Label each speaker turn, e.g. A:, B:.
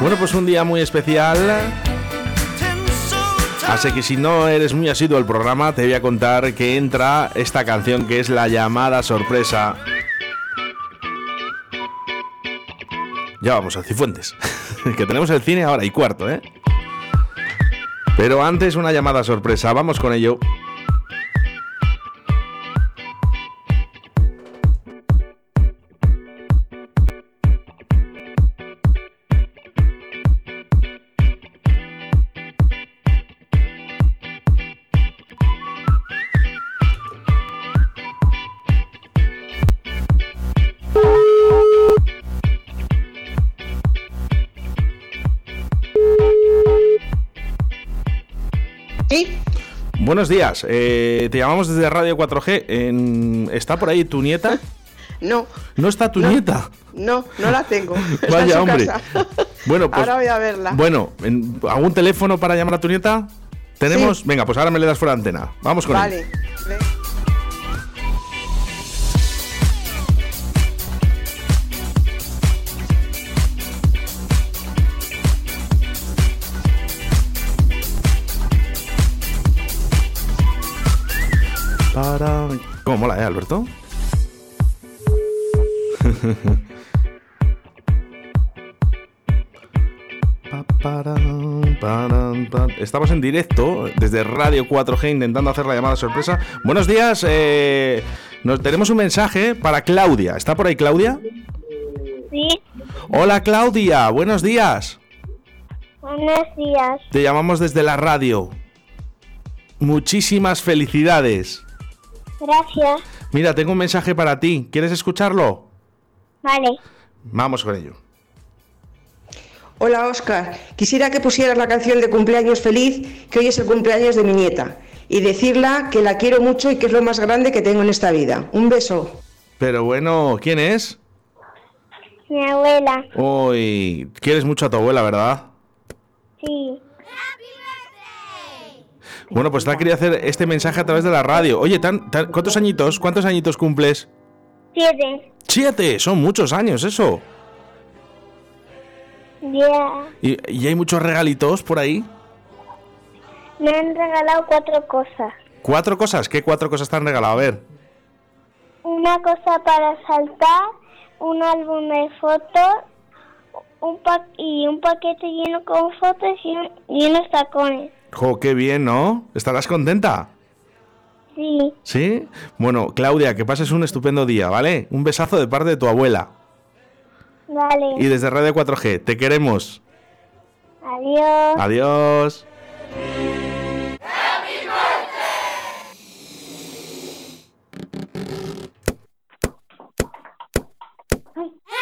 A: Bueno, pues un día muy especial. Así que si no eres muy asiduo al programa, te voy a contar que entra esta canción que es la llamada sorpresa. Ya vamos a Cifuentes, que tenemos el cine ahora y cuarto, ¿eh? Pero antes una llamada sorpresa, vamos con ello. Buenos días, eh, te llamamos desde Radio 4G. en- ¿Está por ahí tu nieta?
B: No,
A: ¿No está tu
B: No.
A: nieta?
B: no, no la tengo. Está en
A: Vaya,
B: su
A: hombre.
B: casa.
A: Bueno, pues.
B: Ahora voy a verla.
A: Bueno, en- ¿algún teléfono para llamar a tu nieta? ¿Tenemos?
B: Sí.
A: Venga, pues ahora me le das fuera de antena. Vamos con él.
B: vale. Ve-
A: Para... ¿Cómo mola, eh, Alberto? Pa, param, param, pam. Estamos en directo desde Radio 4G intentando hacer la llamada sorpresa. Buenos días, eh, nos, tenemos un mensaje para Claudia. ¿Está por ahí Claudia?
C: Sí,
A: Hola Claudia, buenos días.
C: buenos días.
A: Te llamamos desde la radio. Muchísimas felicidades.
C: Gracias.
A: Mira, tengo un mensaje para ti. ¿Quieres escucharlo?
C: Vale.
A: Vamos con ello.
B: Hola Oscar, quisiera que pusieras la canción de cumpleaños feliz, que hoy es el cumpleaños de mi nieta, y decirla que la quiero mucho y que es lo más grande que tengo en esta vida. Un beso.
A: Pero bueno, ¿quién es?
C: Mi abuela.
A: Uy, quieres mucho a tu abuela, ¿verdad?
C: Sí.
A: Bueno, pues te ha querido hacer este mensaje a través de la radio. Oye, tan, tan- ¿cuántos añitos? ¿Cuántos añitos cumples?
C: Siete.
A: ¡Siete! Son muchos años eso.
C: Ya.
A: ¿Y, y hay muchos regalitos por ahí?
C: Me han regalado cuatro cosas.
A: ¿Cuatro cosas? ¿Qué cuatro cosas te han regalado? A ver.
C: Una cosa para saltar, un álbum de fotos un pa- y un paquete lleno con fotos y, un- y unos tacones.
A: ¡Jo, qué bien, ¿no? ¿Estarás contenta?
C: Sí.
A: ¿Sí? Bueno, Claudia, que pases un estupendo día, ¿vale? Un besazo de parte de tu abuela.
C: Vale.
A: Y desde Radio 4G, te queremos.
C: Adiós.
A: Adiós.
C: Ay.